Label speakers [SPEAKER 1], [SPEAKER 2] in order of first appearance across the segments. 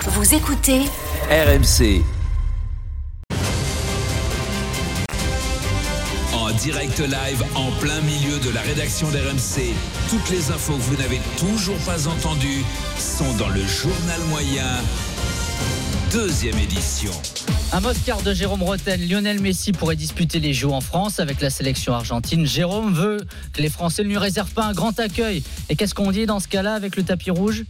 [SPEAKER 1] Vous écoutez
[SPEAKER 2] RMC. En direct live, en plein milieu de la rédaction d'RMC, toutes les infos que vous n'avez toujours pas entendues sont dans le journal moyen, deuxième édition.
[SPEAKER 3] Un Oscar de Jérôme Roten, Lionel Messi pourrait disputer les Jeux en France avec la sélection argentine. Jérôme veut que les Français ne lui réservent pas un grand accueil. Et qu'est-ce qu'on dit dans ce cas-là avec le tapis rouge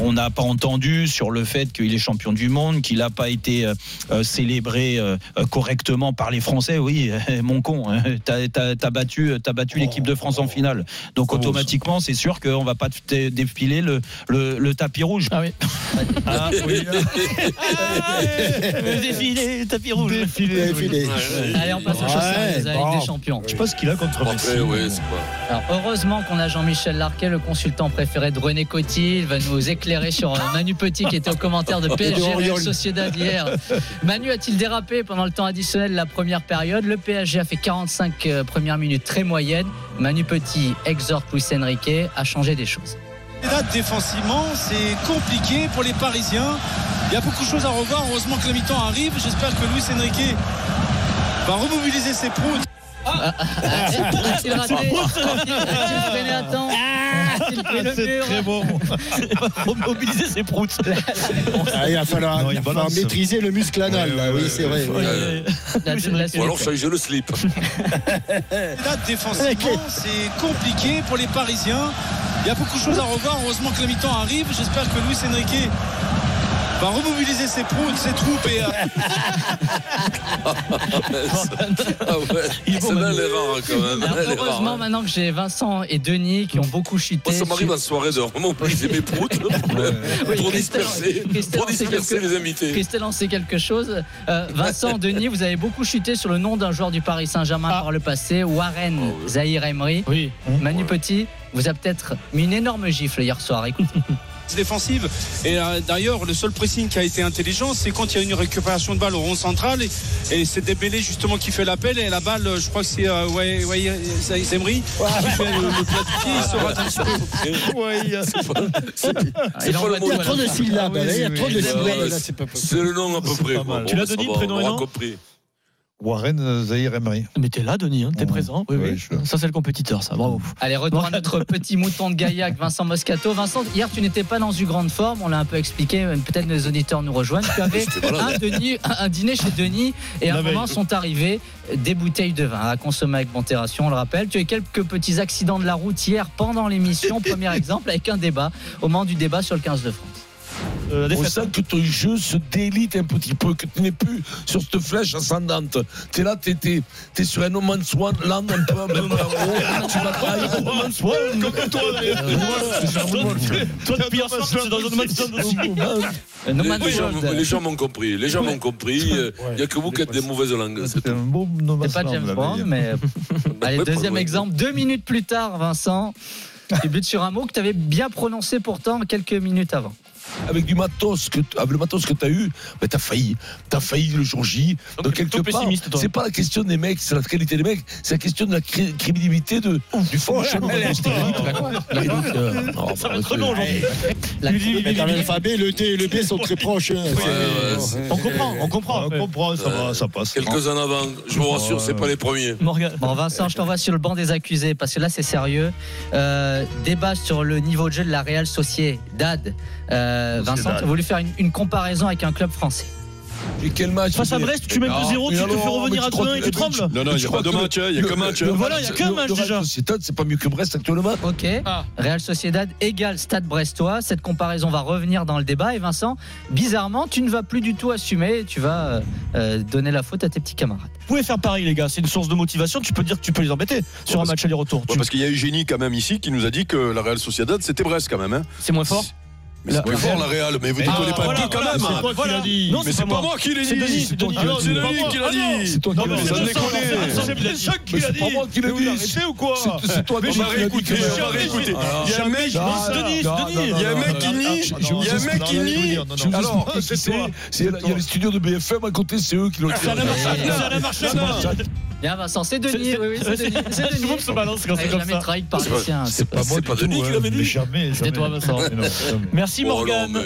[SPEAKER 4] on n'a pas entendu sur le fait qu'il est champion du monde, qu'il n'a pas été euh, euh, célébré euh, correctement par les Français. Oui, mon con, hein, t'as t'as- t'as battu, euh, t'as battu l'équipe de France en finale. Donc automatiquement, c'est sûr qu'on va pas te défiler le, le- le tapis rouge. hein. Ah oui. Le défilé, le tapis rouge.
[SPEAKER 3] Allez, on passe aux choses sérieuses avec des champions.
[SPEAKER 4] Je sais pas ce qu'il a contre Messi.
[SPEAKER 3] Alors, heureusement qu'on a Jean-Michel Larquet, le consultant préféré de René Coty. Il va nous éclairer sur euh, Manu Petit qui était au commentaire de PSG Real Sociedad hier. Manu a-t-il dérapé pendant le temps additionnel de la première période Le PSG a fait 45 euh, premières minutes très moyennes. Manu Petit exhorte Luis Enrique à changer des choses.
[SPEAKER 5] Là, défensivement, c'est compliqué pour les Parisiens. Il y a beaucoup de choses à revoir. Heureusement que la mi-temps arrive. J'espère que Luis Enrique va remobiliser ses proutes.
[SPEAKER 3] A-t-il raté A-t-il freiné à temps A-t-il pris le mur
[SPEAKER 4] bon. Mobiliser ses proutes.
[SPEAKER 6] Ah, il va falloir,
[SPEAKER 4] Non, il
[SPEAKER 6] il va falloir
[SPEAKER 4] balance.
[SPEAKER 6] maîtriser le muscle anal. là. oui, c'est vrai. oui.
[SPEAKER 3] La- la-
[SPEAKER 7] Ou alors changer le slip.
[SPEAKER 5] Là, défensivement, c'est compliqué pour les Parisiens. Il y a beaucoup de choses à revoir. Heureusement que la mi-temps arrive. J'espère que Luis Enrique va remobiliser ses proutes, ses troupes et euh,
[SPEAKER 7] Ah ouais.
[SPEAKER 4] Il est bon,
[SPEAKER 7] Celle-là,
[SPEAKER 4] Manu.
[SPEAKER 7] elle est rare hein, quand même.
[SPEAKER 3] Alors,
[SPEAKER 7] Elle est rare,
[SPEAKER 3] heureusement,
[SPEAKER 7] hein.
[SPEAKER 3] maintenant que j'ai Vincent et Denis qui ont beaucoup chuté.
[SPEAKER 7] Moi, Oh, ça m'arrive
[SPEAKER 3] sur-
[SPEAKER 7] en soirée de remobiliser mes proutes
[SPEAKER 3] Oui,
[SPEAKER 7] pour
[SPEAKER 3] Christelle-
[SPEAKER 7] hein, disperser,
[SPEAKER 3] Christelle
[SPEAKER 7] pour
[SPEAKER 3] en sait
[SPEAKER 7] disperser
[SPEAKER 3] quelque-
[SPEAKER 7] les invités.
[SPEAKER 3] Christelle en sait quelque chose. Euh, Vincent, Denis, vous avez beaucoup chuté sur le nom d'un joueur du Paris Saint-Germain par le passé, Warren
[SPEAKER 7] Oh,
[SPEAKER 3] Zahir Emery.
[SPEAKER 4] Oui.
[SPEAKER 3] Manu Petit vous a peut-être mis une énorme gifle hier soir. Écoute,
[SPEAKER 5] défensive. Et euh, d'ailleurs, le seul pressing qui a été intelligent, c'est quand il y a une récupération de balle au rond central. Et, et c'est Dembélé justement qui fait l'appel. Et la balle, euh, je crois que c'est euh, ouais, ouais, c'est- c'est Emery qui fait le, le plat de pied. Il
[SPEAKER 7] Ah,
[SPEAKER 5] se rate un petit peu.
[SPEAKER 3] il
[SPEAKER 7] pas
[SPEAKER 3] envoie
[SPEAKER 7] le mot.
[SPEAKER 3] tout
[SPEAKER 6] Il
[SPEAKER 3] à
[SPEAKER 6] y a trop de
[SPEAKER 3] l'heure.
[SPEAKER 6] syllabes. là, Il y a trop de
[SPEAKER 7] Ah oui,
[SPEAKER 6] syllabes.
[SPEAKER 7] oui.
[SPEAKER 6] là, c'est pas possible.
[SPEAKER 7] C'est le nom à peu près.
[SPEAKER 4] pas mal.
[SPEAKER 7] Bon,
[SPEAKER 8] Tu l'as
[SPEAKER 7] ça
[SPEAKER 8] donné,
[SPEAKER 7] va,
[SPEAKER 8] le prénom et
[SPEAKER 7] On
[SPEAKER 8] nom
[SPEAKER 7] a compris.
[SPEAKER 8] Warren Zahir Emery.
[SPEAKER 9] Mais t'es là, Denis, hein, t'es
[SPEAKER 8] Ouais.
[SPEAKER 9] présent. Oui,
[SPEAKER 8] Ouais,
[SPEAKER 9] oui.
[SPEAKER 8] je-
[SPEAKER 9] Ça, c'est le compétiteur, ça, bravo.
[SPEAKER 3] Allez, retour à notre petit mouton de Gaillac, Vincent Moscato. Vincent, hier, tu n'étais pas dans une grande forme, on l'a un peu expliqué, même peut-être nos auditeurs nous rejoignent. Tu avais un, Denis- un- un dîner chez Denis et à un
[SPEAKER 4] La veille.
[SPEAKER 3] moment sont arrivées des bouteilles de vin à consommer avec modération, on le rappelle. Tu as eu quelques petits accidents de la route hier pendant l'émission, premier exemple, avec un débat, au moment du débat sur le 15 de France.
[SPEAKER 4] Euh, la
[SPEAKER 10] On
[SPEAKER 4] défaite.
[SPEAKER 10] sent que ton jeu se délite un petit peu, que tu n'es plus sur cette flèche ascendante. Tu es là, tu es, sur un no man's one- land un peu, un peu en haut. Tu vas trahir no man's one. Comme toi,
[SPEAKER 9] Toi, depuis hier soir, tu es dans un match de
[SPEAKER 3] Euh, No
[SPEAKER 7] Les-
[SPEAKER 3] Man's
[SPEAKER 7] les gens-
[SPEAKER 3] World,
[SPEAKER 7] Les gens m'ont compris. Les gens m'ont compris. Euh, Il n'y a que vous qui êtes des mauvaises langues. c'est
[SPEAKER 8] C'était
[SPEAKER 7] tout.
[SPEAKER 8] un bon
[SPEAKER 3] c'est pas James Bond, mais. Allez,
[SPEAKER 7] Ouais,
[SPEAKER 3] deuxième
[SPEAKER 7] ouais.
[SPEAKER 3] exemple, deux minutes plus tard, Vincent. Tu butes sur un mot que tu avais bien prononcé pourtant quelques minutes avant.
[SPEAKER 10] Avec du matos que, t- avec le matos que tu as eu, ben, tu as failli. Tu as failli le jour J.
[SPEAKER 9] Donc,
[SPEAKER 10] Donc,
[SPEAKER 9] t'es plutôt
[SPEAKER 10] quelque part,
[SPEAKER 9] pessimiste, toi.
[SPEAKER 10] c'est pas la question des mecs, c'est la qualité des mecs, c'est la question de la cré- crédibilité de, du fonction de la Et donc, euh, non,
[SPEAKER 9] Ça va
[SPEAKER 10] bah,
[SPEAKER 9] être
[SPEAKER 10] c'est-
[SPEAKER 9] long aujourd'hui.
[SPEAKER 3] La-
[SPEAKER 6] Mais dans l'alphabet, le D et le B sont très proches. hein.
[SPEAKER 7] ouais,
[SPEAKER 6] C'est-
[SPEAKER 9] On comprend, on comprend.
[SPEAKER 4] On comprend, ça va, ça passe.
[SPEAKER 7] Quelques en avant. Je vous rassure, c'est pas les premiers.
[SPEAKER 9] Morgan.
[SPEAKER 3] Bon Vincent, je t'envoie sur le banc des accusés parce que là c'est sérieux. Euh, débat sur le niveau de jeu de la Real Sociedad. Euh, Vincent, tu as voulu faire une, une comparaison avec un club français.
[SPEAKER 10] Et quel match Ah,
[SPEAKER 9] Face à
[SPEAKER 10] il est-
[SPEAKER 9] Brest, tu mènes 2-0, tu te fais revenir à 2-1 et tu trembles.
[SPEAKER 10] Non, non, il n'y a pas de match, hein, il n'y a que match.
[SPEAKER 9] Voilà, il y a qu'un match, déjà.
[SPEAKER 10] C'est pas mieux que Brest actuellement.
[SPEAKER 3] Ok. Ah. Real Sociedad égale Stade Brestois. Cette comparaison va revenir dans le débat. Et Vincent, bizarrement, tu ne vas plus du tout assumer. et Tu vas euh, euh, donner la faute à tes petits camarades.
[SPEAKER 9] Vous pouvez faire pareil, les gars. C'est une source de motivation. Tu peux dire que tu peux les embêter sur un
[SPEAKER 11] parce-
[SPEAKER 9] match aller-retour.
[SPEAKER 11] Ouais,
[SPEAKER 9] Tu-
[SPEAKER 11] parce qu'il y a Eugénie quand même ici qui nous a dit que la Real Sociedad c'était Brest quand même. Hein.
[SPEAKER 9] C'est moins fort.
[SPEAKER 11] Mais c'est moins fort la Real, mais vous déconnez pas un peu quand même. hein.
[SPEAKER 9] Ah, Voilà. Non,
[SPEAKER 11] Mais c'est pas moi qui l'ai
[SPEAKER 9] C'est Denis,
[SPEAKER 11] dit.
[SPEAKER 9] c'est Denis.
[SPEAKER 11] Ah non, c'est Denis qui l'a dit.
[SPEAKER 10] C'est toi
[SPEAKER 9] Non,
[SPEAKER 10] qui
[SPEAKER 9] mais
[SPEAKER 10] l'as
[SPEAKER 9] c'est
[SPEAKER 10] dit.
[SPEAKER 11] Vincent,
[SPEAKER 10] Mais
[SPEAKER 11] Vincent,
[SPEAKER 9] Vincent, Vincent, Vincent qui l'a
[SPEAKER 10] c'est pas
[SPEAKER 9] dit.
[SPEAKER 10] moi qui l'ai dit.
[SPEAKER 9] C'est ou quoi
[SPEAKER 10] C'est- C'est toi
[SPEAKER 11] Oh. Mais
[SPEAKER 10] qui
[SPEAKER 11] je vais
[SPEAKER 10] l'as dit.
[SPEAKER 11] réécouter, je vais
[SPEAKER 10] Non,
[SPEAKER 11] réécouter.
[SPEAKER 10] non,
[SPEAKER 11] Il y a un mec,
[SPEAKER 10] non,
[SPEAKER 9] Denis,
[SPEAKER 10] non,
[SPEAKER 9] Denis.
[SPEAKER 10] non, non,
[SPEAKER 11] il y a un
[SPEAKER 10] non,
[SPEAKER 11] mec qui
[SPEAKER 10] non, non,
[SPEAKER 11] nie.
[SPEAKER 10] non,
[SPEAKER 11] Il y a un mec qui nie.
[SPEAKER 10] Je vous
[SPEAKER 11] Alors,
[SPEAKER 10] explique qui c'est. C'est- Il y a les studios de BFM à côté, c'est eux qui
[SPEAKER 11] Ah,
[SPEAKER 10] l'ont
[SPEAKER 9] C'est Alain Marchal. C'est Alain Marchal.
[SPEAKER 10] C'est Marchal.
[SPEAKER 3] Bien Vincent, c'est
[SPEAKER 9] C'est-
[SPEAKER 3] Denis.
[SPEAKER 9] c'est-
[SPEAKER 3] oui, oui, c'est Denis. C'est
[SPEAKER 9] Tout le monde
[SPEAKER 3] Denis.
[SPEAKER 9] se balance quand
[SPEAKER 3] Ouais,
[SPEAKER 9] c'est comme
[SPEAKER 3] jamais
[SPEAKER 9] ça.
[SPEAKER 3] trahi par
[SPEAKER 7] C'est
[SPEAKER 3] les siens.
[SPEAKER 7] C'est pas
[SPEAKER 10] moi
[SPEAKER 7] Denis qui l'avait dit.
[SPEAKER 8] Jamais, jamais.
[SPEAKER 9] C'était toi, Vincent.
[SPEAKER 8] Mais non, jamais.
[SPEAKER 9] Merci,
[SPEAKER 7] Oh, alors,
[SPEAKER 9] Morgan.
[SPEAKER 7] mais-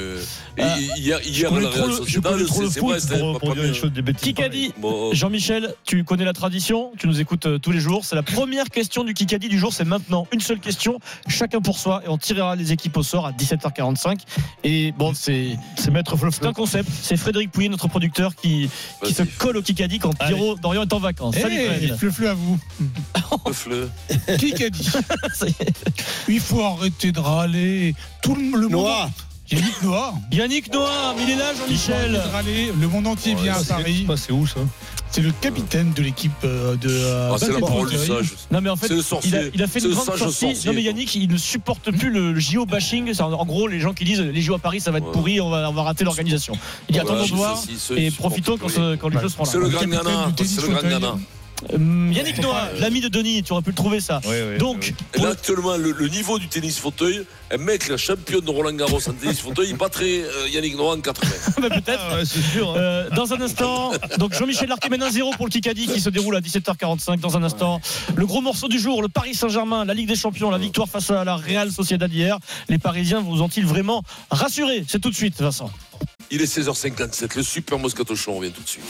[SPEAKER 7] Et Hier, hier,
[SPEAKER 9] connais
[SPEAKER 7] la
[SPEAKER 9] trop
[SPEAKER 7] Real
[SPEAKER 9] le- je
[SPEAKER 7] Sociedad,
[SPEAKER 9] connais trop le
[SPEAKER 7] c'est
[SPEAKER 9] foot
[SPEAKER 7] Brest,
[SPEAKER 9] pour-
[SPEAKER 7] hein,
[SPEAKER 9] pour
[SPEAKER 7] pas
[SPEAKER 9] dire
[SPEAKER 7] mieux.
[SPEAKER 9] les choses
[SPEAKER 8] des bêtises.
[SPEAKER 9] Kikadi,
[SPEAKER 7] Bon,
[SPEAKER 9] Jean-Michel, tu connais la tradition, tu nous écoutes euh, tous les jours. C'est la première question du Kikadi du jour, c'est maintenant. Une seule question, chacun pour soi, et on tirera les équipes au sort à 17h45. Et bon, c'est
[SPEAKER 8] C'est Maître Fluff.
[SPEAKER 9] c'est un concept. C'est Frédéric Pouillet, notre producteur, qui, qui se
[SPEAKER 7] vas-y,
[SPEAKER 9] colle au Kikadi quand
[SPEAKER 8] Allez.
[SPEAKER 9] Pierrot Dorian est en vacances. Salut Fred.
[SPEAKER 10] fleu à vous.
[SPEAKER 7] feu-le.
[SPEAKER 9] Ah, bah,
[SPEAKER 10] Qui a dit Il faut arrêter de râler. Tout le, le monde.
[SPEAKER 6] Noah,
[SPEAKER 10] J'ai dit que Noah.
[SPEAKER 9] Yannick Noah, il est là,
[SPEAKER 10] Il faut arrêter
[SPEAKER 9] Jean-Michel.
[SPEAKER 10] de râler. Le monde entier vient à Paris.
[SPEAKER 8] C'est où ça
[SPEAKER 10] C'est le capitaine de l'équipe euh, de. euh,
[SPEAKER 7] Ah, c'est la
[SPEAKER 10] basket
[SPEAKER 7] parole du
[SPEAKER 10] Monterrey.
[SPEAKER 7] sage.
[SPEAKER 9] Non mais en fait,
[SPEAKER 7] C'est
[SPEAKER 9] il
[SPEAKER 7] le
[SPEAKER 9] a,
[SPEAKER 7] sorcier.
[SPEAKER 9] il a fait
[SPEAKER 7] C'est
[SPEAKER 9] une
[SPEAKER 7] le
[SPEAKER 9] grande
[SPEAKER 7] sage
[SPEAKER 9] sortie.
[SPEAKER 7] sorcier.
[SPEAKER 9] Non mais Yannick, il ne supporte plus le JO bashing. C'est En en gros, les gens qui disent les JO à Paris, ça va être
[SPEAKER 7] Ouais.
[SPEAKER 9] pourri, on va, on va rater l'organisation. Il dit attendons
[SPEAKER 7] Voilà,
[SPEAKER 9] de voir
[SPEAKER 7] c'est- c'est-
[SPEAKER 9] et
[SPEAKER 7] c'est-
[SPEAKER 9] profitons quand, ce- quand les
[SPEAKER 10] Bah,
[SPEAKER 9] choses seront là.
[SPEAKER 7] C'est le grand
[SPEAKER 10] capitaine
[SPEAKER 7] gamin.
[SPEAKER 10] du
[SPEAKER 7] C'est le
[SPEAKER 10] tennis
[SPEAKER 7] grand
[SPEAKER 10] fauteuil.
[SPEAKER 7] gamin.
[SPEAKER 9] Hum, Yannick Noah, l'ami de Denis, tu aurais pu le trouver ça. Donc,
[SPEAKER 7] Et là, actuellement, le, le niveau du tennis fauteuil, un mec, le champion de Roland Garros en tennis fauteuil, il battrait euh, Yannick Noah en 80.
[SPEAKER 9] bah, peut-être.
[SPEAKER 8] C'est sûr. hein.
[SPEAKER 9] Euh, dans un instant, donc Jean-Michel Larquet mène 1-0 pour le Kikadi qui se déroule à 17h45. Dans un instant, le gros morceau du jour, le Paris Saint-Germain, la Ligue des Champions, la victoire face à la Real Sociedad hier. Les Parisiens vous ont-ils vraiment rassurés C'est tout de suite, Vincent.
[SPEAKER 7] Il est 16h57, le super Moscato Show, on revient tout de suite.